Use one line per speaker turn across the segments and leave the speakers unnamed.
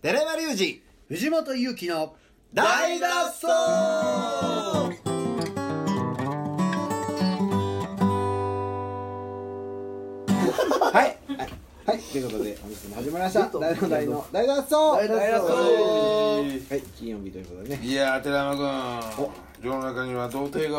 寺山隆
二藤本勇樹の
二大脱走
はいはいということで本日も始まりました大の大の大脱走
大脱走
はい金曜日ということでね
いやー寺山君世の中には童貞が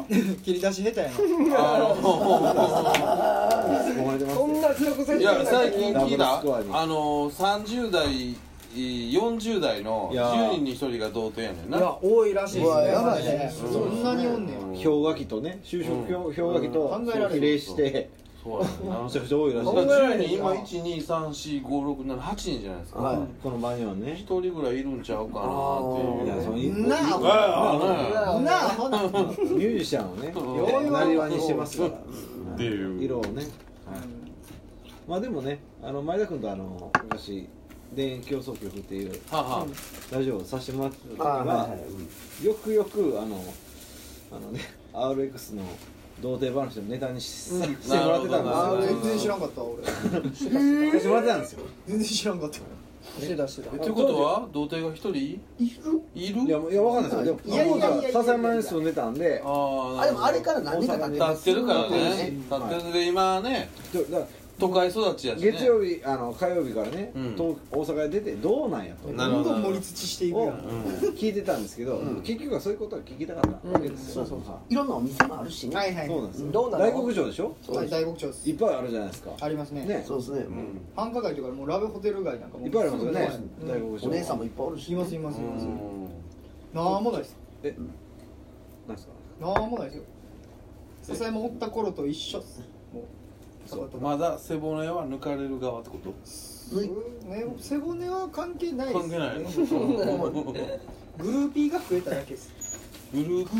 あ
二切り出し下手やな
の
思われてますね
いや最近聞いた
ダブルスコアに
あの30代40代の
いやー
10人に1人が童貞やねん
いや
な
多いらしいですね
うわやばいね
そんなにおんねん
氷河期とね就職氷氷河期
うん
と
考えられる
比例して
そうやねんな
めちゃくちゃ多いらしい
だから10人今1234567人じゃないですか、
この場にはね
一人ぐらいいるんちゃうかなって
いや
いう
その
なあ
ああああ
なあほな
ミュージシャンをね
うん
なりわにしてますから
っていう
色をね、まあでもねあの前田君とあの昔田園競争曲っていう
はは
ラジオをさせてもらってた時
あはいは
はよくよくあのあのね RX の童貞話のネタにししてもらって
な
た
るほ
ん
どな
です
るほ
よ
全然知らんかったわ俺
させてもらってたんですよ
全然知らんかったしてたしてた
えということは童貞が一人いるい
いや
る
もういやわかんないですよ
い
で
や
も
いやいやいやいや
笹山に住んでたんで
あ
あでもあれからら何年か経って
立ってるからね立
はい
ってるで今ね
ちょだから
都会育ちやしね
月曜日あの火曜日からね、
うん
東大阪へ出てどうなんやと
な
どんどん盛り土していくや
を
ん
聞いてたんですけど、結局はそういうことは聞きたかったわけですよ、はい
いろんなお店もあるしね
はいはい
そうなんですよ。
どうなの
大黒城でしょ。
はい大牧町です
いっぱいあるじゃないですか。
ありますね
ね。
そうですね
繁華街とかもうラブホテル街なんかも
いっぱいありますよね。大黒
お
城。
姉さんもいっぱいおるし
いますいますいます
う
なんもないです
え、なんですか。
なんもないですよ笹山おった頃と一緒っすもうそうと
んまだ背骨は抜かれる側ってこと
ね背骨は関係ないっす
関係ない
ね
グ
グルーピーが増えただけです
ルーピ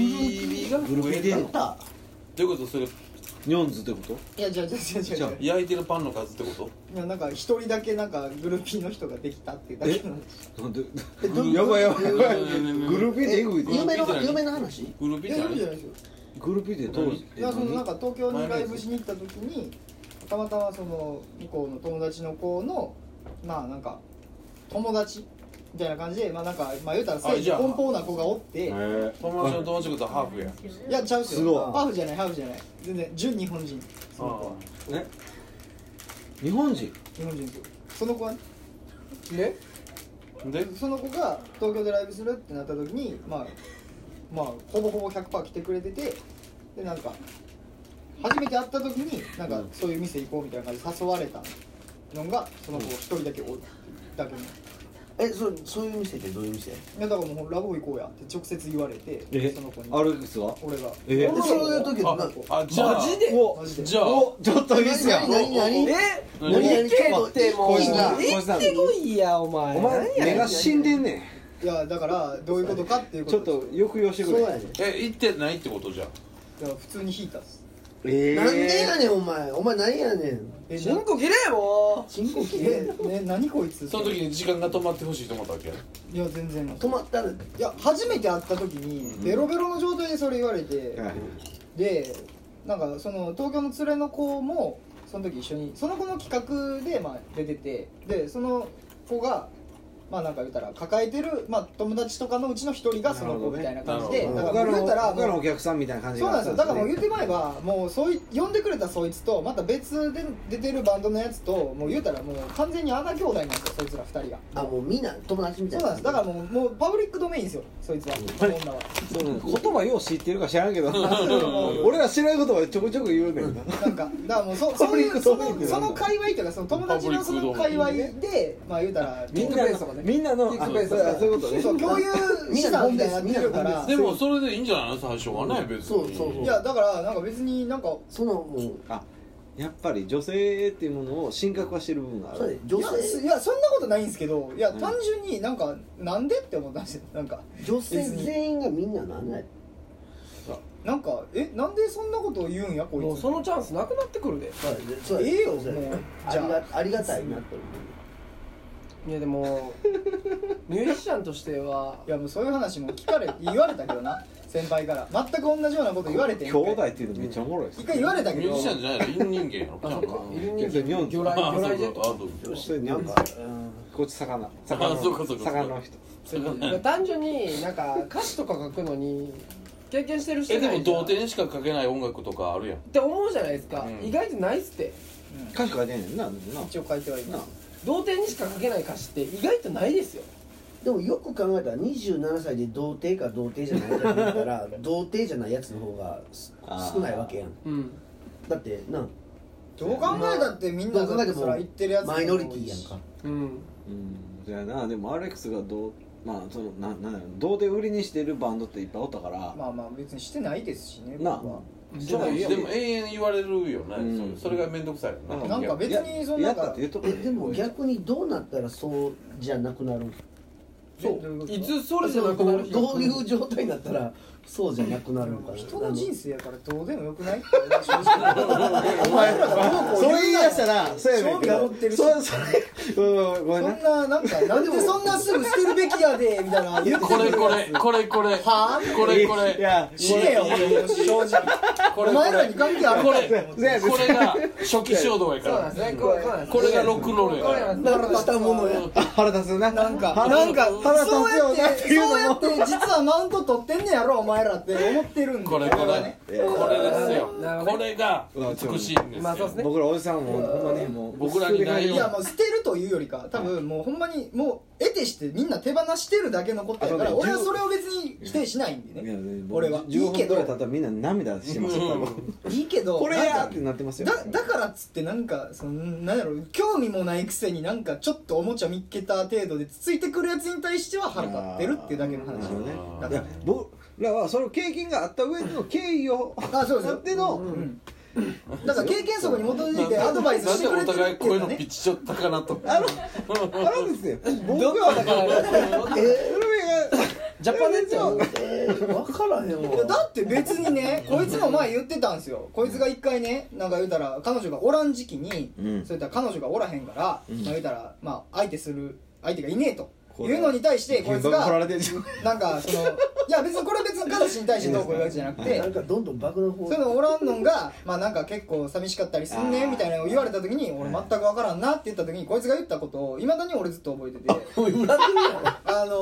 ーが
グルーピー
増え
で
た
ん
や
の
ど
った
ういうことそれ
ニョンズってこと。
いやじゃあじゃあじゃあじゃあじゃあ
焼いてるパンの数ってこと
いやなんか一人だけなんかグルーピーの人ができたっていうだけなんです
なんで。
ど
やばいやばい。
グ
グルーピーでえぐいで
有名な有名な話
グルー
い
ピ
や
ーじゃな
いやいや
い
じゃないですよ
グルーピーで当時。
いやそのなんか東京に
前の
ラ
やつ
イブしに行った時にたまたまその向こうの友達の子のまあなんか友達みたいな感じでまあなんかまあ言うたら
あ
性
じゃあ
奔放な子がおってい
え
友達の友達のことはハーフや
やちゃうっす
すごい
よハーフじゃないハーフじゃない全然純日本人その子は
ーえ。日本人。
日本人ですよその子はね
えで
その子が東京でライブするってなった時にまあまあほぼほぼ100%来てくれててでなんか初めて会った時になんかそういう店行こうみたいな感じで誘われたのがその子一人だけおるっていうだけの
えそうそういう店ってどういう店
いやだからもうラブホ行こうやって直接言われて
え
その子に。
アルクスは。
俺が
え
えそういう時
あ
な
あじゃあ
お
マジで
じゃあ
お、ちょっといいっすやん。
何何何
え
何何ちょっと
こいつな、
な
こいつな。
いやお前
お前、目が死んでんね。
いやだからどういうことかっていうんこ
ち
と
ょっと、抑揚してく
そうや
れ。
ね
え行ってないってことじゃあ
だから普通に引いたっす
え
なんでやねんお前お前何やねん
え
チンコ切れよ
チンコ切れ
えね何こいつ
その時に時間が止まってほしいと思ったわけや
いや全然
止まったら
いや初めて会った時にベロベロの状態でそれ言われて、
はい
でなんかその東京の連れの子もその時一緒にその子の企画でまあ出ててでその子がまあなんか言ったら抱えてる、まあ、友達とかのうちの一人がその子みたいな感じで、
な
他
だから言
の
ったら
他の
も
お
う
客さんみたいな感じ
そうなんですよだからもう言
う
ってまえばもうそうい呼んでくれたそいつとまた別で出てるバンドのやつともう言うたらもう完全に穴兄弟なんですよそいつら二人が
あもうみんな友達みたいう
そ
な
なんですだからもうもうパブリックドメインですよそいつはその女は
言葉よう知ってるか知らんけ ど俺ら知らん言葉ちょこちょこ言うねんな
なんかだからもうそそういうそのその界隈というかその友達のその界隈でまあ言うたら
みんなみんなのあそうそういうことね
そう共有資産みたいになってるから
でもそれでいいんじゃない最初はね別に
そうそうそう
いやだからなんか別になんか
そのもう
あやっぱり女性っていうものを神格化してる部分があ
そうや
る
で女
いやす
性
いやそんなことないんですけどいや単純になんかなんでって思ったんですよなんか
女性全員がみんななんだよ
なんかえなんでそんなことを言うんや
お前も
こ
う
いつ
そのチャンスなくなってくるで
そうやでそうや
え
で
えよも
そううやであ
じ
り
ゃ
がありがたいなって思
いやでもミュージシャンとしては
あいやもうそういう話も聞かれ言われたけどな先輩から全く同じようなこと言われてん
兄
一回
弟っていうのめっちゃおもろいです
一回言われたけ
ミュー
ど
ジシャンじゃないの陰人間やろちゃんか
いる人間魚雷魚雷ジェット
あそう
うなんかうん
こっち魚
あ
魚
そうかそうかそうか
魚の人
単純になんか歌詞とか書くのに経験してる人
え
い
で
ない
も
じゃん
童貞にしか書けない音楽とかあるやん
って思うじゃないですか、
うん
意外とないっすって
歌詞書いてんねんなでもな
一応書いてはいま
な
す
童貞にしか書けない歌詞って意外とないですよ
でもよく考えたら27歳で童貞か童貞じゃないかって言ったら童貞じゃないやつの方がす
あー
少ないわけやん
うん
だってな
どう考えたってみんな
どう考えても
そら言ってるやつ
マイノリティやんか
うん
うんじゃあなでも RX がどうまあそのななんだろう童貞売りにしてるバンドっていっぱいおったから、
まあまあ別にしてないですしね
な
僕は
じゃあいい
で
や
もでも永遠言われるよね、
うん
そうそれが面倒くさいよ
う
なんか別にそんな
ややったって言うとこ
えでも逆にどうなったらそうじゃなくなる
そう
いつそれじゃなくなる日が来る
どういう状態になったらそうじゃなくなるのかな
人の人生やからどうでもよくないって俺は正直お前らどうこう
そう言い出
言うなよ
したらそうやねんけ
興味
ど
持ってるし
そうそれうんごめん
そ
なん
ななんかなんでそんなすぐ捨てるべきやでみたいな言って
これこれこれこれ
は
これこ
い
れ
や
死ねよ正直
これ
お前らに関係ある
こ
か
れ
って思
こ
っ
そう
れ
やねん
これが初期衝動やか
そうなん
ら
ですねこれそうなんですね
これがロックンロールや
これなんです
なくしたものや
あ腹立つな
なんか
腹
なんか
腹立つ
そうや
よな
っ
って
て
いうの
そうや
も
って実はマウント取ってんねやろお前らって思ってるんで
これこれこ
俺は
れ
ね
ですよ
なるほどね
これが美しいんです
まあそう
よ
ですね
僕らおじさんもほんまにもう
僕らにないよ
いやもう捨てるというよりか多分もうほんまにもう得てしてみんな手放してるだけのことやか
あ
ら
とね
俺はそれを別に否定しないんで
いや
ね
僕
俺はい
15
いけ
分ぐらい経っ
ど
たらみんな涙してますよ多分
いいけど
これや
な
ー
ん
っ
か
てなってますよ
だだからっつってなんかそのなんやろ興味もないくせになんかちょっとおもちゃ見っけた程度でつついてくるやつに対しては腹立ってるっていうだけの
なる
話
ほどね
あー
いや僕らはその経験があった上での経緯を
あそうです
あ
よ
っての
うんだから経験則に基づいてアドバイスしてく
な
れ
ん
て
でお互
る
い
ってい
声
うか
のピ
ね
ッチちょったかなと
あのあれですよ僕はだからえ ー
ジャパネット
えー、分からへん
いや
わ
だって別にねこいつも前言ってたんですよこいつが一回ねなんか言うたら彼女がおらん時期に、
うん
そういったら彼女がおらへんから、
ん
まあ言うたらまあ相手する相手がいねえと
これ
いうのに対してこいつ
現場が掘ら
が
れてるじゃん
なんかそのいや別にこれは別に彼氏に対してどうこう言うわけじゃなくて
なんかどんどん爆の方
そういうのおらんのが まあなんか結構寂しかったりすんね
あー
みたいなのを言われた時に俺全く分からんなって言った時にこいつが言ったことをいまだに俺ずっと覚えててあの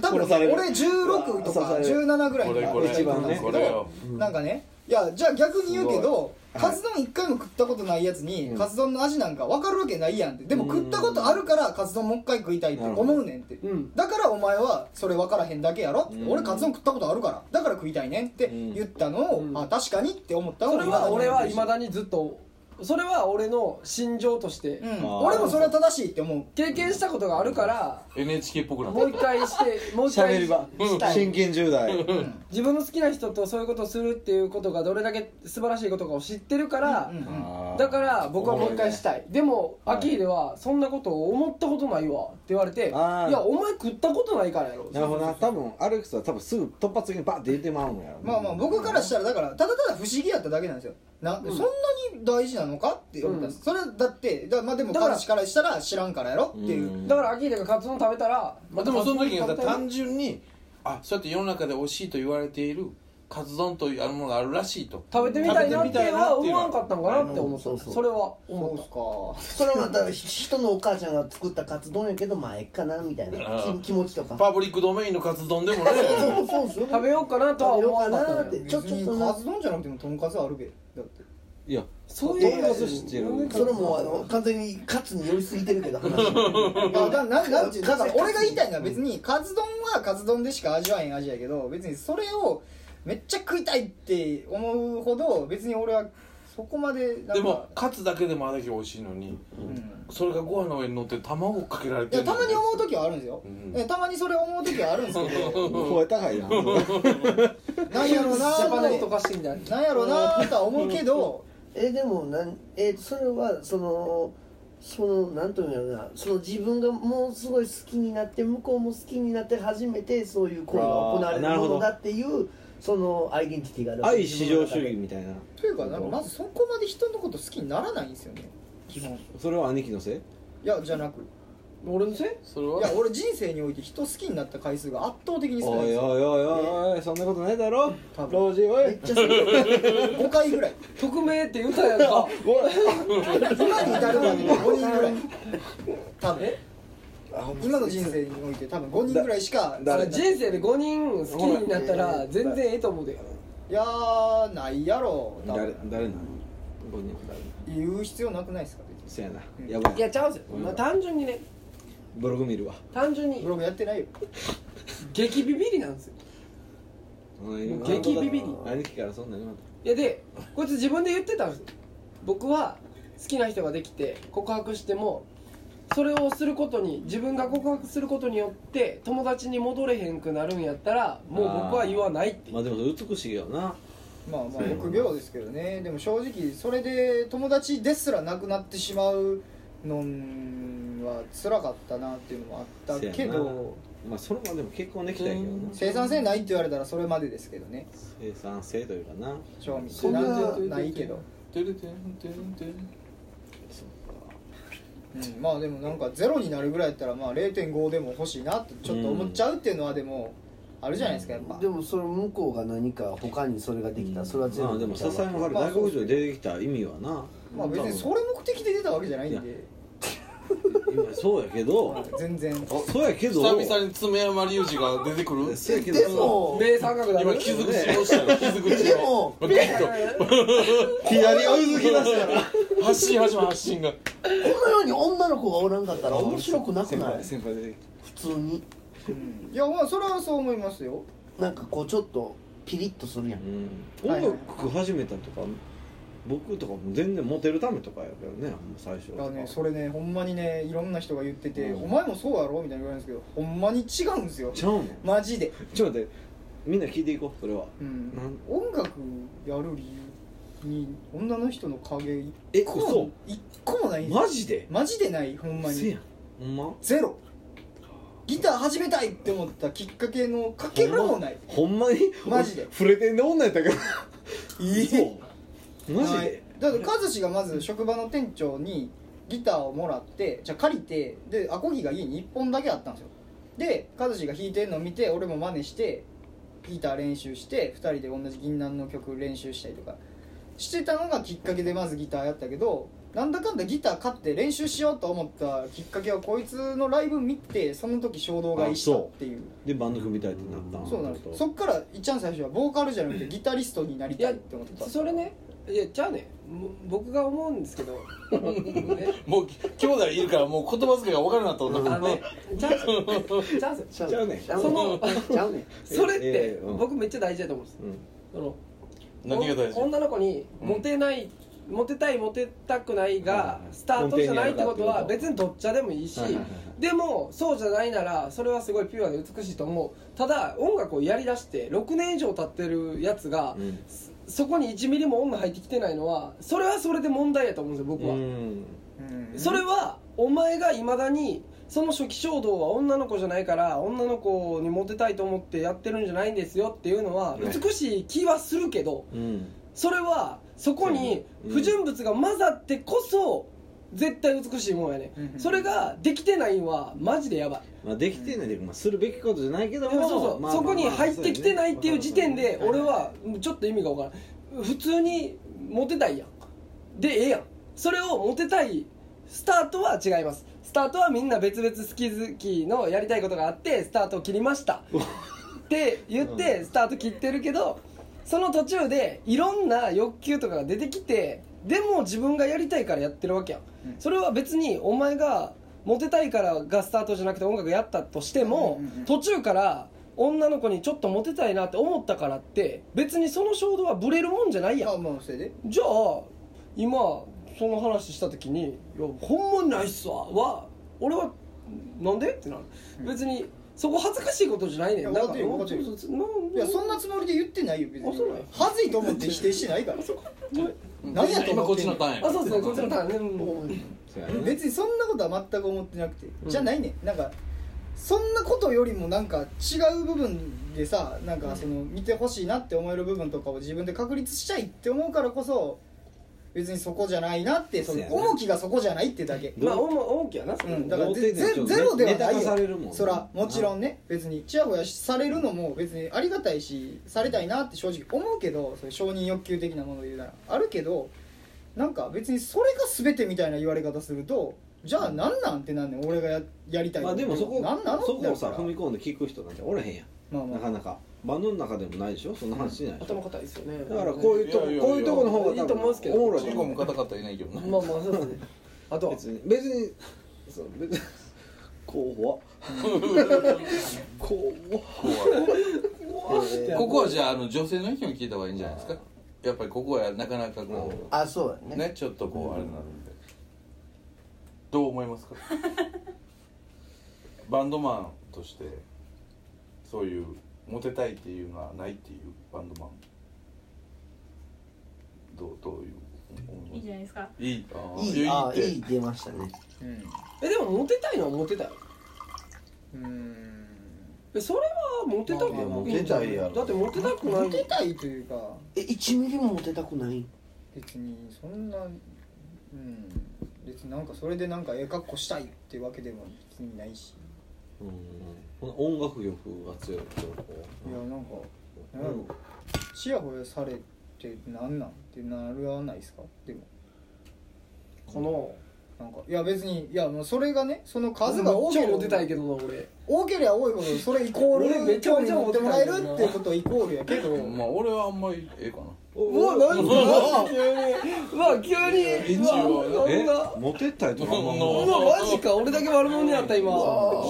多分
殺される
俺16と
殺さ
か
れる
17ぐらい
こ
の時
れ
だ
こ
っ
れ
たと思うんですけ
こ
ど
れよ
なんかねいやじゃあ逆に言うけ
す
どカツ丼一回も食ったことないやつに、
うん
カツ丼の味なんか分かるわけないやんってでも食ったことあるからカツ丼もう一回食いたいって思うねんって
うん
だからお前はそれ分からへんだけやろって
うん
俺カツ丼食ったことあるからだから食いたいねんって言ったのを、
うん
あ確かにって思ったの
そ
を
れは俺はい
未
まだにずっとそれは俺の心情として、
にうん
あー
俺もそれは正しいって思う
経験したことがあるから
NHK っぽくなった
もう一回してもう一
喋
回
り場
したい
真剣10代
自分の好きな人とそういうことをするっていうことがどれだけ素晴らしいことかを知ってるから、
うんうん
だから僕はもう一回したいでも
はい
アキーレはそんなことを思ったことないわって言われて「い
あー
やお前食ったことないからやろ」
なるほどな多分アレックスは多分すぐ突発的にバッて言ってまうのやろ
まあまあ僕からしたらだからただただ不思議やっただけなんですよなんでそんなに大事なのかって思ったんです、それだってだまあでも
だから
彼氏からしたら知らんからやろっていう、
うん
だからアキーレがカツ丼食べたら
まあ、でもその時にさ単
純
純にあそうやって世の中で美味しいと言われているカツ丼というあるものがあるらしいと
食べてみたいなっては思わんかったんかなって思った
そうそう
それは
そ
思
う
っ
ったす
そ
か
れはだから人のお母ちゃんが作ったカツ丼やけどまあえっかなみたいな
あー
き気持ちとか
パブリックドメインのカツ丼でもね
そうそうそう
食べようかなとは
食べ
思
よう
わ
か
なか
な
っ
ったて
ん
ちょっ
別に
と
カ
な
ツ丼じゃなくてもとんかつあるべだって
いや
そう
いう
とんかつしてる
それもあの完全にカツに寄りすぎてるけど話
あだななんていうだから
カツ
俺が言いたいのは別にカツ丼はカツ丼でしか味わえん味やけど別にそれをめっちゃ食いたいって思うほど別に俺はそこまでなんか
でもカツだけでもあれだけ美味しいのに
うん
それがご飯の上に乗って卵かけられ
い
て
や
る
たまに思う時はあるんですよ、
うん
えたまにそれ思う時はあるんですけど
声高いな
なんやろうな
ジャパネッ
ー
ト化してみたいな
なんやろうなーとは思うけど
えでもなんえそれはそのそのなんというんやろうなその自分がもうすごい好きになって向こうも好きになって初めてそういう恋が行われ
あーな
る
るほ
も
ど
のだっていうそのアイデンティティがある
愛至上主義みたいな
というかなんかまずそこまで人のこと好きにならないんですよね基本い
それは兄貴のせい
やじゃなく
俺のせい
それはい
や俺人生において人好きになった回数が圧倒的に少な
おいおい
いんですよ
おいおいおいそんなことないだろ
多分
老人お
め
い
っちゃ好き
5回ぐらい
匿名って歌やんか
おい
今に至るまでに5人ぐらい多分
え
今の人生において多分5人ぐらいしか
だ誰
人生で5人好きになった
ほ
ら
ら
全然ええと思うで
いやーないやろ多
誰
分
誰なの五人誰
言う必要なくないですか別
せやな
うん
やばい
いやちゃうんすよ、まあ、単純にね
ブログ見るわ
単純
に
に
ブログやってないよ
激ビビりなんですよ
うん
激ビビり
兄貴からそんなにまた
いやでこいつ自分で言ってたんですよ僕は好きな人ができて告白してもそれをすることに自分が告白することによって友達に戻れへんくなるんやったらもう僕は言わないって
まあでもそれ美しいよな
まあまあ臆病ですけどねでも正直それで友達ですらなくなってしまうのは辛かったなっていうのもあった
せ
け
やな
ど
まあそれまでも結婚できたんやけどな
生産性ないって言われたらそれまでですけどね
生産性というかな
正味
そんな
なんないけど、
てるてんてんてん
うん、まあでもなんかゼロになるぐらいやったらまあ0.5でも欲しいなってちょっと思っちゃうっていうのはでもあるじゃないですかやっぱ
でもそれ向こうが何か他にそれができたらそれは全
まあ
部
でも支えもある
まあ
大学女で出てきた意味はな
まあ別にそれ目的で出たわけじゃないん
い
で
いやそうやけ
ま
ど
あ全然
そうやけど
久々に爪山隆二が出てくる
そうやけど
でも
米三角だ
今
ろ
傷口 押したよ傷口を
でも
ガッと
左を抜き出したら
発信発信発信が
このように女の子がおらんかったら面白くなく
先
ない
輩先輩出てき
普通に
うんいやまあそれはそう思いますよ
なんかこうちょっとピリッとするやん
たうん
はいはい
音楽始めたとか僕とかも全然モテるためとかやけどね最初
がねそれねほんまにねいろんな人が言ってて「
うん
お前もそうやろ?」みたいな言われるんですけどほんまに違うんですよ
ちゃうの
マジで、
ちょっと待ってみんな聞いていこうそれは
うん
なん、
音楽やる理由に女の人の影一
え
個も一個もないんですよ
マジで
マジでないほんま
せ
に
やんほんま
ゼロギター始めたいって思ったきっかけのかけらもない
ほんまに
マジで
触れてんの女やったけど
いい
そうマジ
はい
で、
だから和志がまず職場の店長にギターをもらってじゃあ借りてでアコギが家に1本だけあったんですよで和志が弾いてるのを見て俺も真似してギター練習して2人で同じ銀杏の曲練習したりとかしてたのがきっかけでまずギターやったけどなんだかんだギター買って練習しようと思ったきっかけはこいつのライブ見てその時衝動買いしたっていう
でバンド組みたいってなった
そうなんです
と
そっからいっちゃん最初はボーカルじゃなくてギタリストになり
い
たい
や
って思ってた
それねいやじゃあねも僕が思うんで すけど、ね、
もう兄弟いるからもう言葉遣いが分からなと思っ
あ
た
のチャンスチャンス
ちゃ
ちゃうねん
ちゃう ねんちゃうねん
それっ
え
て
えうん
僕めっちゃ大事だと思うんです
うん
その
何が大事
お女の子にモテない、モテたいモテたくないが
うん
スタートじゃないってこと
根底
は
にあるかっていうこと
別にどっちでもいいし
はいはいはい
でもそうじゃないならそれはすごいピュアで美しいと思うただ音楽をやりだして6年以上経ってるやつが、
うん
そこに1ミリも女入ってきてないのはそれはそれで問題やと思うんですよ僕は、
うん
うん
それはお前がいまだにその初期衝動は女の子じゃないから女の子にモテたいと思ってやってるんじゃないんですよっていうのは
ね
美しい気はするけど、
うん
それはそこに
うん
不純物が混ざってこそ絶対美しいもんやね、
うんうん
それができてないんはマジでやばい
まあできてないで、まあ、するべきことじゃないけど
でも
も
そうそう、
まあ
そこに
まあまあ
入ってきてないっていう時点で
そう
俺
やね
はちょっと意味が分からん普通にモテたいやんでええやんそれをモテたいスタートは違いますスタートはみんな別々好き好きのやりたいことがあってスタートを切りましたって言ってスタート切ってるけどその途中でいろんな欲求とかが出てきてでも自分がやりたいからやってるわけやん
うん
それは別にお前がモテたいからがスタートじゃなくて音楽やったとしても
うんうんうん
途中から女の子にちょっとモテたいなって思ったからって別にその衝動はブレるもんじゃないやん
あまあそれで
じゃあ今その話した時に「いやほんまにないっすわ」は俺は「なんで?」ってなる、別にそこ恥ずかしいことじゃないね
いや
んだ
分かってるよ分かってるよ
そうそうそうなん
いやそんなつもりで言ってないよ別に
あそうなんや
恥ずいと思って否定してないから何やと
今
思
こ
っ
ってち
んの
のターンや
あそうですねこっちのターンねうん
そうやね
別にそんなことは全く思ってなくて、じゃないねなんかそんなことよりもなんか違う部分でさなんかその見てほしいなって思える部分とかを自分で確立したいって思うからこそ別にそこじゃないなって
そ
そ
う
の
やね
重きがそこじゃないってだけ、
まあ大きやな、
うん、だから
童貞
ぜ
でちょっと
ゼロでは
ネタ
ない
化される
よ
もんね
そらもちろんね別にチヤホヤされるのも別にありがたいしされたいなって正直思うけどそれ承認欲求的なもので言うならあるけどなんか別にそれが全てみたいな言われ方するとじゃあ何なんってなんねん俺がややりたい
まあでもそこ
何なの
そこを
だ
さ
から
踏み込んで聞く人なんておれへんや
まあ
んな
ま
かなかバンドの中でもないでしょそんな話しないでしょ、
頭硬いですよね
だからこういうとこ
いやいやいや
こういうとこの方が多分
いいと思うんですけど
おもろい
中国も硬かったらいないけどな
まあまあそうですねあとは
別に別にそう別に 候補は候補
あ
ここはじゃああの女性の意見を聞いた方がいいんじゃないですかやっぱりここはなかなかこ
あそう
う
やね
ねちょっとこうあれなんでどう思います かバンドマンとしてそういうモテたいっていうのはないっていうバンドマンどうどういう思
いいんじ
い
ゃないですか
いいあー
いいあ
いい
い
い
い
って
出ましたね
うん
えでもモテたいのはモテたい
うん
えそれはモテたく
まあまあ
な
モ
い
テたいやろ
だってモテたくない
モテたいというか
え1ミリもモテたくない
別にそんなうん別になんかそれでなんかええ格好したいっていうわけでも別にないし
うんこの音楽欲が強いってこと
いやなんか
うん
なんかちやほやされてなんなんってなるわないですかでも
こ
なんかいや別にいやもうそれがねその
の
数が
多
多
け
け
モ
れ
テ
ば
たいけどな俺
多ければ多いほどそれイコール
俺めちゃめ
興味
ちゃ
持
モ
って
テ
も
た
ら
い
え
けど
る
な
っていうことはイコールやけど
まあ俺はあんまりええかな
うわ何
う
かうわ急にうわ
一応
そんな
えモテたいとかあんま
うわマジか俺だけ悪者になった今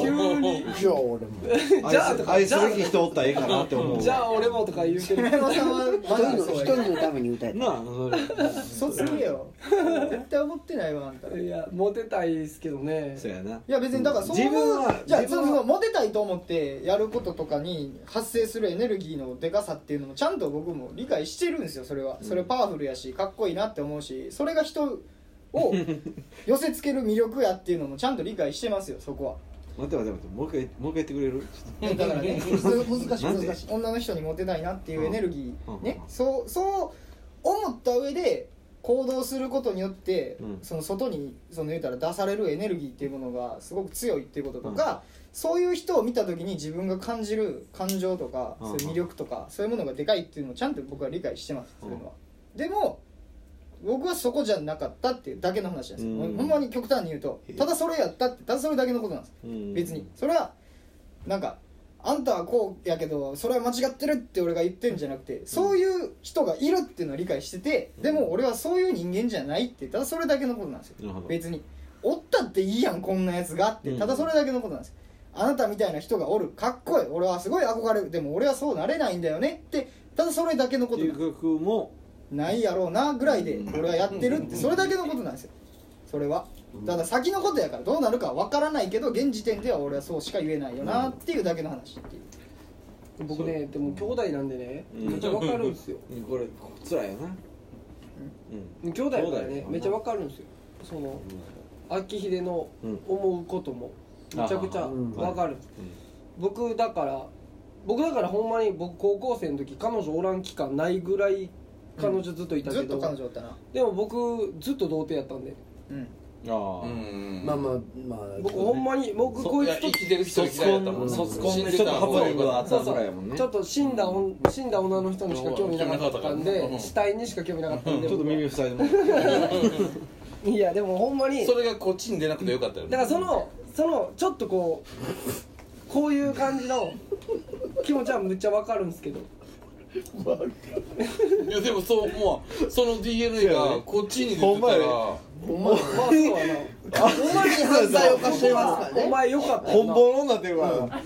急 に
じゃあ俺も
じ
じ
ゃ
ゃ
あと
あ
か
愛すべき人おったらええかなって思う
じゃあ俺もとか言うけ ど
平山さんはまだ
一人
そう
の一
やけ
人
ど
のために歌えた
なあそれ
嘘つけよ絶対思ってないわあんたい
いやモテたいですけどね
そうやな
や別にだからそういう
自分は
じゃあ
自
そ
分
の
は
そのモテたいと思ってやることとかに発生するエネルギーのでかさっていうのもちゃんと僕も理解してるんですよそれはそれパワフルやしかっこいいなって思うしそれが人を寄せつける魅力やっていうのもちゃんと理解してますよそこは
待って待って待ってもう一回もう一回言ってくれるちょっ
だからね
難しい
なんで
難しい
女の人にモテたいなっていうエネルギ
うん
ーね
うん
そうそう思った上で行動することによって、
うん
その外にその言うたら出されるエネルギーっていうものがすごく強いっていうこととか、そういう人を見た時に自分が感じる感情とか、
うん
そういう魅力とかそういうものがでかいっていうのをちゃんと僕は理解してますそういうのは。でも僕はそこじゃなかったっていうだけの話なんですよ、
うん
ほんまに極端に言うとただそれやったってただそれだけのことなんです
とうん
別にそれはなんかあんたはこうやけどそれは間違ってるって俺が言ってるんじゃなくてそういう人がいるっていうのを理解しててでも俺はそういう人間じゃないってただそれだけのことなんですよ
なるほど
別におったっていいやんこんなやつがって
うん
ただそれだけのことなんですよあなたみたいな人がおるかっこいい俺はすごい憧れるでも俺はそうなれないんだよねってただそれだけのことなんです
留学も
ないやろうなぐらいで
うん
俺はやってるってそれだけのことなんですよそれはただ先のことやからどうなるかわからないけど現時点では俺はそうしか言えないよなっていうだけの話っていう
僕ねでも兄弟なんでね
うん
めっちゃわかるんですよ
うんこれこ辛いよな
兄弟だから
兄
ね
弟
めっちゃわかるんですよその秋秀の
うん
思うこともめちゃくちゃわかる僕だから僕だからほんまに僕高校生の時彼女おらん期間ないぐらい彼女ずっといたけ
ずっと
ど
彼女おったな
でも僕ずっと童貞やったんで
うん
あ
う
あ
ん
まあまあまあ
僕ほんまに僕こいつと
生きてる人
卒婚卒婚でちょっとハプニングがあったぐらいやもんね
ちょっと死んだ女死んだ女の人にしか興味なかったん
う
で
ん
死体にしか興味なかったんで
ちょっと耳塞いでもらって
いやでもほんまに
それがこっちに出なくてよかったよね
だからそのそのちょっとこうこういう感じの気持ちはむっちゃわかるんですけど
いやでもそうもうその DNA がこっちに出
ほ
て
ん
た
まや
ら
ね
ほんま
まあそうやな
完全に犯罪を犯してますから
お
ね
前よかった よ
本
な
物になってるから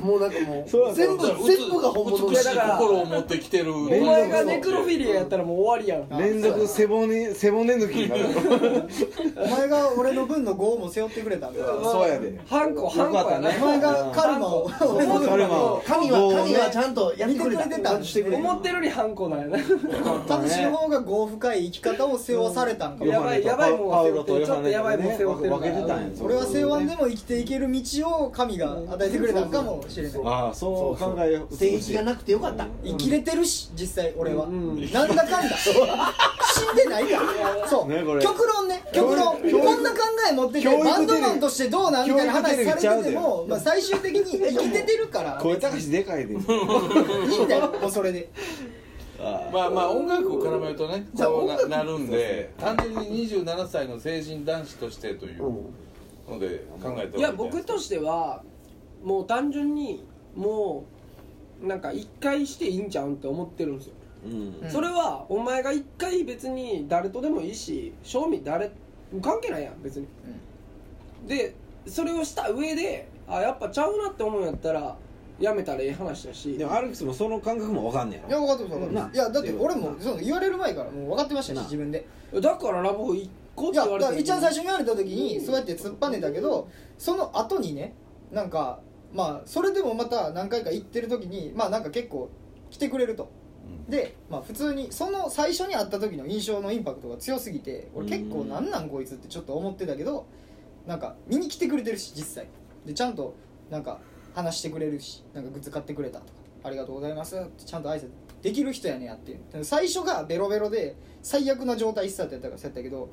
もうなんかも
そうや
う
な
全部全部が本物
美しい
だから
心を持ってきてるお
お前がネクロフィリアやったらもう終わりや
あ
ん
連続背骨背骨抜きになる
お前が俺の分の業も背負ってくれたんだ
うそうやで
ハンコハンコやな
よ
お前がカルマを
ハンコ
俺の
カルマを
神は神はちゃんとやってくれ
見てくれて
たち
た
ゃんとしてくれた
思ってるよりハンコなんやな
田淵の方が業深い生き方を背負わされたんか
いや
も
ばいやばいもん
パウロとヨ
ちょ
ハ
っ
ネ
とやばいもん背負ってる
分けてたんや
俺は背負わんで
も
も生きていける道を神が与えてくれたんかもしれない
ああそう考えよう
正義がなくてよかった
生きれてるし実際俺は、
うんうん
なんだかん だ死んでないからそう、
ねこれ
極論ね極論
教育
こんな考え持っ
教
てて
育テレビ
バンドマンとしてどうなんみたいな話されてても、まあ、最終的に生きててるから
声高しでかいで
いいんだよもうそれで
まあまあ音楽を絡めるとね
じゃあ
こうな
音楽
なるんで単純に27歳の成人男子としてというので考えて
いや僕としてはもう単純にもうなんか一回していいんちゃうんって思ってるんですよ、
うん
うん
それはお前が一回別に誰とでもいいし賞味誰関係ないやん別にでそれをした上であやっぱちゃうなって思うんやったらやめたらええ話だし
でもアルキスもその感覚もわかんね
い
や
や
ろ
分かってます分かってますいやだって俺も
な
そう言われる前からもう分かってましたし
な
自分で
だからラブホ行こうっ
い
て
や
言
だ
われ
か
た
ら一番最初に言われた時にそうやって突っぱねたけどその後にねなんかまあそれでもまた何回か行ってる時にまあなんか結構来てくれるとでまあ普通にその最初に会った時の印象のインパクトが強すぎて俺結構なんなんこいつってちょっと思ってたけどなんか見に来てくれてるし実際でちゃんとなんか話してくれるしなんかグッズ買ってくれたとかありがとうございますってちゃんと挨拶できる人やねやっていう最初がベロベロで最悪な状態一切やったからそうやったけど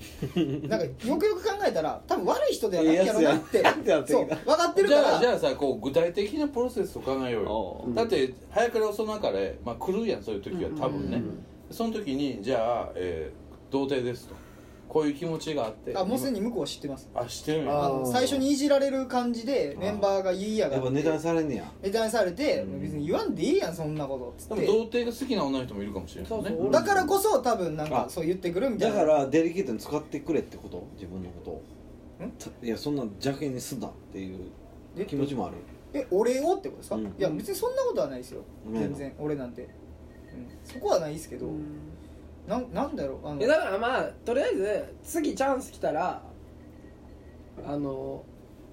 なんかよくよく考えたら多分悪い人ではないやろなって
ええやつやってなって
そう
る
分かってる
じ
か
ゃあじ
ら
ゃあさこう具体的なプロセスを考えようよ
おう
だって早かれ遅かれ、まあ、来るやんそういう時は多分ね、
うん
その時にじゃあ、えー童貞ですとこういう気持ちがあって
あもうすでに向こうは知ってます
あしてるん
あ
や
の最初にいじられる感じでメンバーが言いやが
やっ
って
ぱネタにされんねや
ネタにされて
うん
別に言わんでいいやんそんなことつ
で
っ
も
て
童貞が好きな女の人もいるかもしれない
そう
ね
そう
だからこそ多分なんか
あ
そう言ってくるみたい
だ
な
からデリケートに使ってくれってこと自分のこと
ん
をいやそんな邪険にすんなっていう気持ちもある
え俺をってことですか、
うん
いや別にそんなことはないですよ
うん
全然俺なんて、うん、そこはないですけど、
うん
なんなんだろうあの
えだからまあとりあえず次チャンス来たらあの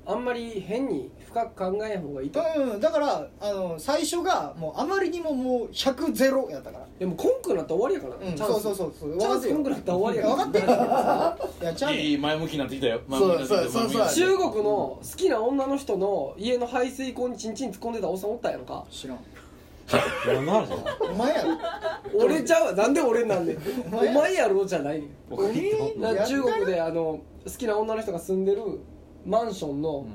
あんまり変に深く考えん方がいいと
うんだからあの最初がもうあまりにももう100ゼロやったから
でもコンクなったら終わりやから
うん
チャンス
そうそうそうそう
チャンスコンクなったら終わりや
分
か
からってるいやちゃうねん
いい前向きになってきたよ前向きになってきた
そうそう
前向きになってきた
中国の好きな女の人の家の排水口にチンチン突っ込んでたおっさんおったやんか
知らん
何なるじゃん
お前やろ
俺ちゃうわなんで俺なんねん
お前
お前やろじゃないねん
僕は言った
だから中
や
国
った
であの好きな女の人が住んでるマンションの,、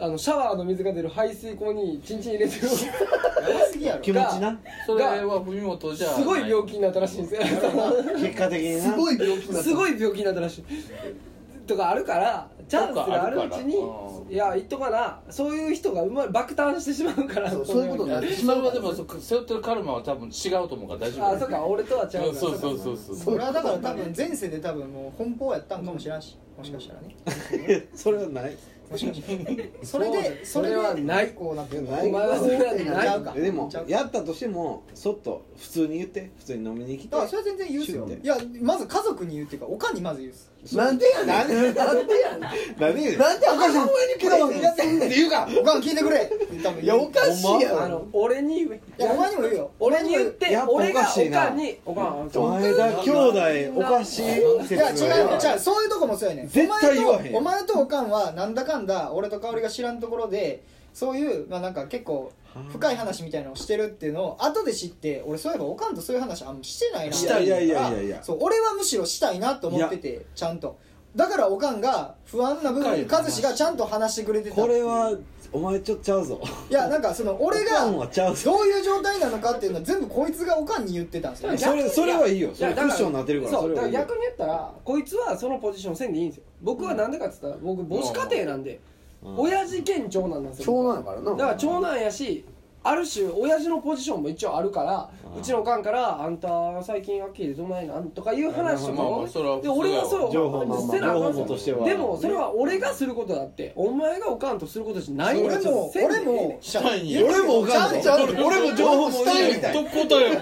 あのシャワーの水が出る排水口にチンチン入れてる
やばすぎやろ
気持ちな
それは文元じゃ
すごい病
気
気になったら しいんですよ
結果的にな
すごい病気になった
すごい病気になったらしいとかあるからチャンスがあるうちに
とかあるから
いや言っとかなそういう人がうまい爆誕してしまうから
そうそういうことになってし
そ
ま
れ
う
はでもそ背負ってるカルマは多分違うと思うから大丈夫
あそっか俺とは違うから
うんそうそうそうそう
それはだから多分前世で多分もう奔放やったんかもしれんしもしかしたらね
それはない
もしかしたらそれで
そ
そうれ
それは
で
ない
こうなってる
い
の
やない
お前はそれは
ち
な
ゃ
いう
か
えでも
ちゃうか
やったとしてもそっと普通に言って普通に飲みに来て
あそれは全然言うっすよ
シュッて
いやまず家族に言うっていうかおかんにまず言うっす
なんでやねんなんでやねん
何で
なんでお母さん母親に
って言うかおかん聞いてくれって多分
い
言
や
う
おかしいやろ
あの俺に言え
いやお前にも言うよ
俺に言っ
い
て
や
俺が
おかし
お
いな
かんにおかんあんた
お前だ兄弟おかしい
い
説
や
は
違うよじゃあそういうとこもそうやねん
絶対言わへん
お前とお前とおかんはなんだかんだ俺と香織が知らんところでそういうまあなんか結構深い話みたいなのをしてるっていうのを後で知って俺そういえばおかんとそういう話あんましてないな
したいいやいやいやいや
そう俺はむしろしたいなと思っててちゃんとだからおかんが不安な部
深い
分
話
和志がちゃんと話してくれてた
これはお前ちょっとちゃうぞ
いやなんかその俺
おか
が
んはちゃうぞ
どういう状態なのかっていうのは全部こいつがおかんに言ってたんです よね
それそれはいいよそれ
やだら
クッションになってるから
そ
そうれ
だ
は
か
い
ら
いよ
逆に言ったらこいつはそのポジションせんでいいんですよ僕はなんでかっつったら僕母子家庭なんで
うん
親父兼長男なんですよ
長男やからな
だから長男やしある種親父のポジションも一応あるから
うん
うちのおかんから「あんた最近アッキーでどないなん?」とかいう話とか
まあまあまあそれは
で俺はそれを
情報も
せなあかん
情報もとしては
でもそれは俺がすることだってお前がおかんとすることじゃないんだ
俺も
せんで
俺も
したいんや
俺もおかん
ちゃうちゃう
も俺も情報もいいみたい
と答え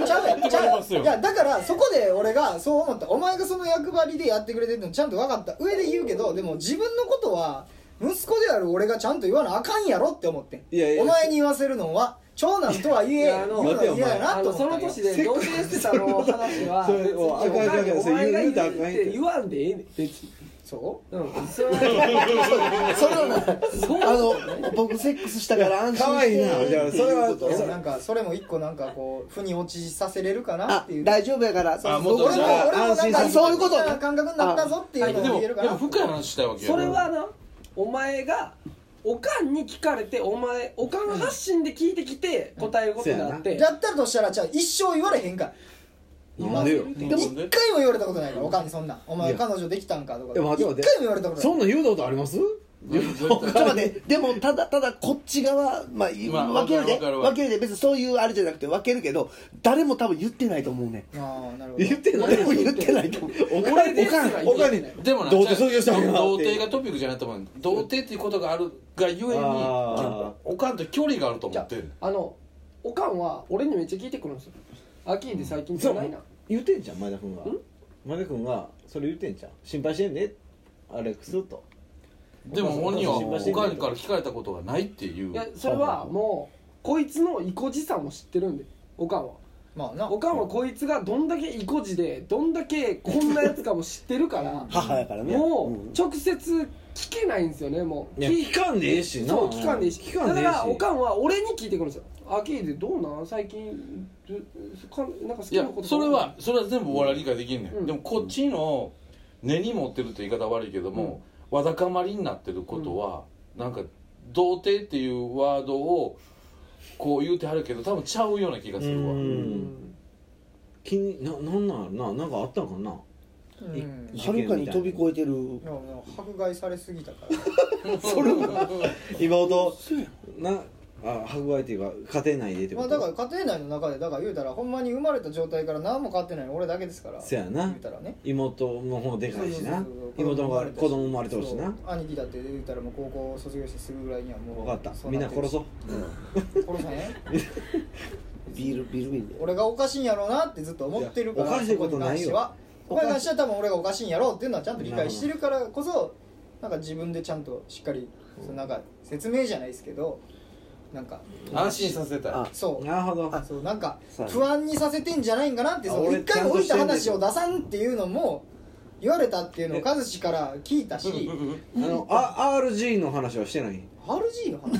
も
ちゃうやんちゃうや
わかりますよ
んいやだからそこで俺がそう思ったお前がその役割でやってくれてるのちゃんと分かった上で言うけどでも自分のことは息子である俺がちゃんと言わなあかんやろって思ってん
いやいや
お前に言わせるのは長男とはいえ
いや
言う
あの
のは嫌や
あ
なと思
の
った
その
んよ
年で童貞してたの話 は
それをあかんあかんあかんそれ
お前が
言うたらあかん
言うって言わんでええねん別に
そう
うんそれは
それはなあの僕セックスしたから安心して
可愛いなじゃあそれは
っていう
で
こ
も
と
なんかそれも一個なんかこう腑に落ちさせれるかな
あ
っていう
大丈夫やから
あもっ
俺
と
も
じ
俺
ゃあ
もなんか
安心そういうこと
な感覚になったぞっていう
で
のを
も
言え
で
るかな
も深い話したいわけよ
それはなお前がおかんに聞かれてお前おかん発信で聞いてきて答えることになって、
だったらとしたらじゃあ一生言われへんから
なんでよ
一回も言われたことないからおかんにそんなお前
いや
彼女できたんかとか
いや待て
一回も
待て
言われたこと
そ
ない
んなん言うたことあります
ちょっと待ってでもただただこっち側まあい
まあ
分けるで
わかるわかる
分けるで別にそういうあれじゃなくて分けるけど誰も多分言ってないと思うね
ああなるほど
言ってない
誰も言ってないと思う
おか
俺
んお
ですら
か
言
ん
えない
おかんに
でもな
童貞卒業したんやなって
童貞がトピックじゃないと思う童貞っていうことがあるがゆえに
あー
おかんと距離があると思ってる
あのおかんは俺にめっちゃ聞いてくるんですよアキーで最近じゃないな
言うてんじゃん前田君は前田君はそれ言うてんじゃん心配してんねアレックスと
でも本人は
お
お
母さん
かんから聞かれたことがないっていう
いやそれはもうこいつの意固地さも知ってるんでおかんは
まあな
おかんはこいつがどんだけ意固地でどんだけこんなやつかも知ってるから
母やからね
も
ん
う直接聞けないんですよねもう
いや
聞い
聞かんでええしな
そう聞かんでいいし
聞かんでええし
だからおかんは俺に聞いてくるんですよ「あきいでどうなん最近どかなんか好
い
きな
や
こと
それはそれは全部俺は理解できんねん、
うん
でもこっちの根に持ってるって言い方は悪いけども、わだかまりになってることは、なんか童貞っていうワードをこう言うてはるけど多分ちゃうような気がするわ
うん
うん
気にななんなんやろななんかあったんかな
うんい
はるかに飛び越えてる
やもう迫害されすぎたから
それは
今ほどなあ迫害っていうか家庭内でって
ま
こ
あ
と
だから家庭内の中でだから言うたらほんまに生まれた状態から何も変わってないの俺だけですから
せやな
言うたらね
妹の方でかいしな
そうそうそう
妹の方が子供生まれてほしいな
そう兄貴だって言うたらもう高校卒業してすぐぐらいにはもう
分かった
そ
みん
な
な
ってる
殺そう
殺さへん
ビールビール瓶で
俺がおかしいんやろうなってずっと思ってるから
いやおかしいことないよ
そに関してはお前に関しては多分俺がおかしいんやろうっていうのはちゃんと理解してるからこそなんか自分でちゃんとしっかりそのなんか説明じゃないですけどなんか
安心させたい
あ
そう
なるほど
そうなんか
そうやね
不安にさせてんじゃないんかなって
あ
その
俺
一回も置いた話
ちゃ
を
んと
出さんっていうのも言われたっていうのを和志から聞いたし RG
あのあ RG の話はしてない
の話ロージ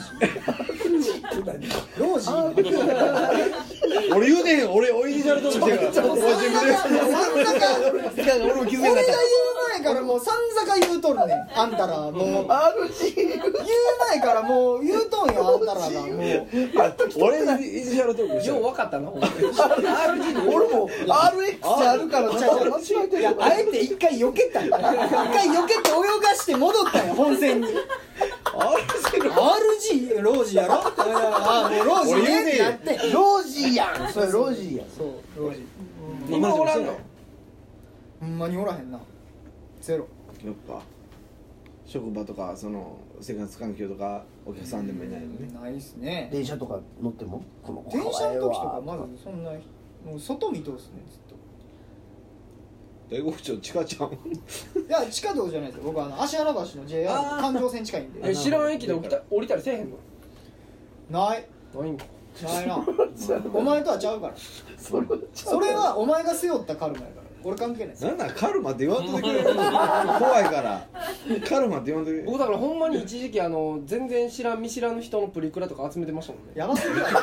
ーの話
俺言うてへん俺おいにされとるしてるから
もう散々か
俺も気づ
俺が言う前からもうさんざか言うとるねんあんたらもう
RG
言う前からもう言うとんよあんたらがもう
俺がいじられとるし
よう分かったなほんまに RG の
俺も RX あるからちゃう
いやあえて一回避けたんよ一回避けて泳がして戻ったんよ本戦に RG ロージやろああもうロージねってやって
ロージーやんそれロージーやん
そうロージ
今おらんの
ほんまにおらへんなゼロ
やっぱ職場とかその生活環境とかお客さんでもいないのね
ないっすね
電車とか乗ってもこの子
電車の時とか
可愛い
ま
わ
ずそんなもう外見通すねずっと
大五町ちかちゃん
いや地下道じゃないですよ僕はあの芦原橋の JR
あー
環状線近いん
え
で
知らん駅で起きた降りたりせえへんの
ない
ないんか
ないなお前とはちゃうから
それ
それはお前が背負ったカルマやから俺関係ないです
なんなんカルマって言わんといてくれる怖いからカルマって言わんといてくれ
僕だからほんまに一時期あの全然知らん見知らぬ人のプリクラとか集めてましたもんね
やばすぎるやろ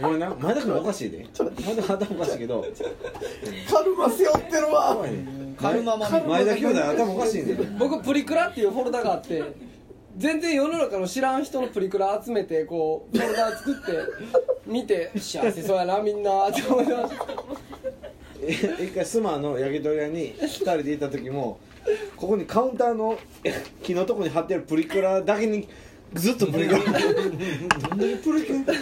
ごめんな前田君おかしいで前田君頭おかしいけど
カルマ背負ってるわ
怖いね
カルママミ
前田兄弟頭おかしいね
僕プリクラっていうフォルダがあって全然世の中の知らん人のプリクラ集めてこうフォルダ作って見て幸せそうやなみんなって思いました
え一回スマの焼き鳥屋に2人で行った時もここにカウンターのえ木のとこに貼ってあるプリクラだけにずっとプリクラどんだけプリクラ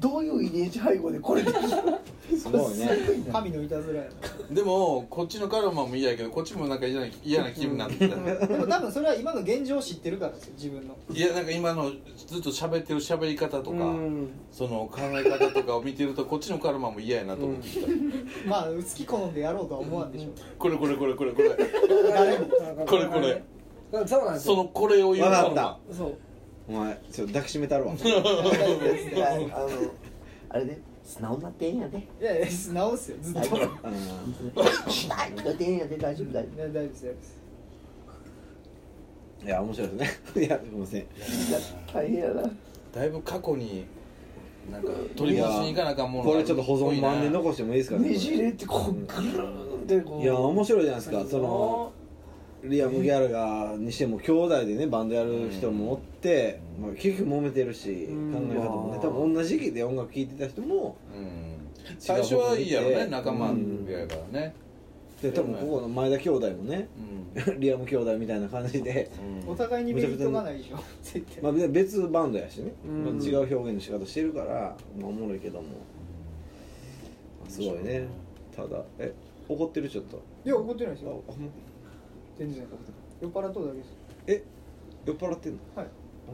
どういう遺伝子配合でこれできる
すごいね
神のいたずらや
でもこっちのカルマも嫌やけどこっちもなんか嫌な嫌な気になってきたね
なでも多分それは今の現状を知ってるからですよ自分の
いやなんか今のずっと喋ってる喋り方とか
うん
その考え方とかを見てるとこっちのカルマも嫌やなと思ってきた、
まあ好き好んでやろうとは思わんでしょう
これこれこれこれこれ
誰も
これこれ
なんかそうなんです
そ
よ
のこれを言う
わかった
そう
お前ちょっと抱きしめたるわ
いやあのあれで素直になってええんや で
いやいや直すよずっといや
あの
痛いとかってええんやで大丈夫大丈
大丈夫です大丈夫です
いや面白いですねいや すいません
夫大変やな
だいぶ過去になんか取り戻しに行かなあかんもの
これちょっと保存版で残してもいいですかね
ねじれってこうぐるーんってこう
いや面白いじゃないですかそのリアム・ギャラガーにしても兄弟でねバンドやる人もおって、まあ、結局揉めてるし考
うん
え方もね多分同じ時期で音楽聴いてた人も
うん最初はいいやろね仲間やからね
で多分ここの前田兄弟もね
うん
リアム兄弟みたいな感じで、
お互いにメリットがないでしょ絶対
まあ、別バンドやしね、
うん
まあ、違う表現の仕方してるから、まあ、おもろいけどもすごいねただえ怒ってるちょっと
いや怒ってないで
あ
すよ全然怒ってない酔っ払っとるだけですよ
え酔っ払ってんの
はい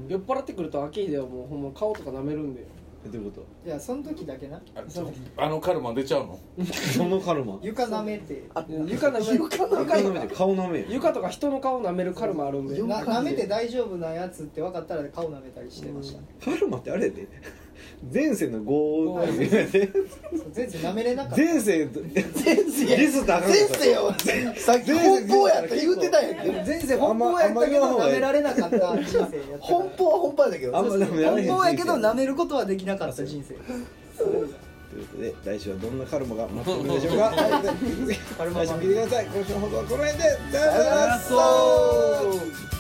酔っ払ってくると秋秀はもうほんま顔とか舐めるんだよ
えどういうこ
いやその時だけな
あそうあのカルマ出ちゃうの
と そのカルマ
床舐めて
あ
床舐める
床
顔舐めて顔舐めよ
床とか人の顔舐めるカルマあるんで
よ
な舐めて大丈夫なやつって分かったら顔舐めたりしてましたね
カルマってあれやで前世の業
そ
業
う全然舐めれなかった
前世
先生
リス高かった
先生よさっき
先生
本邦やと言うてたやんけど
全然本邦やったけど舐められなかった人生やったから
本邦は本邦だけど
あんまでもやらへん
本当やけど舐めることはできなかった人生
ということで来週はどんなカルマが待ってくるでしょうか来週も聞いてください今週の放送はこの辺でさよなら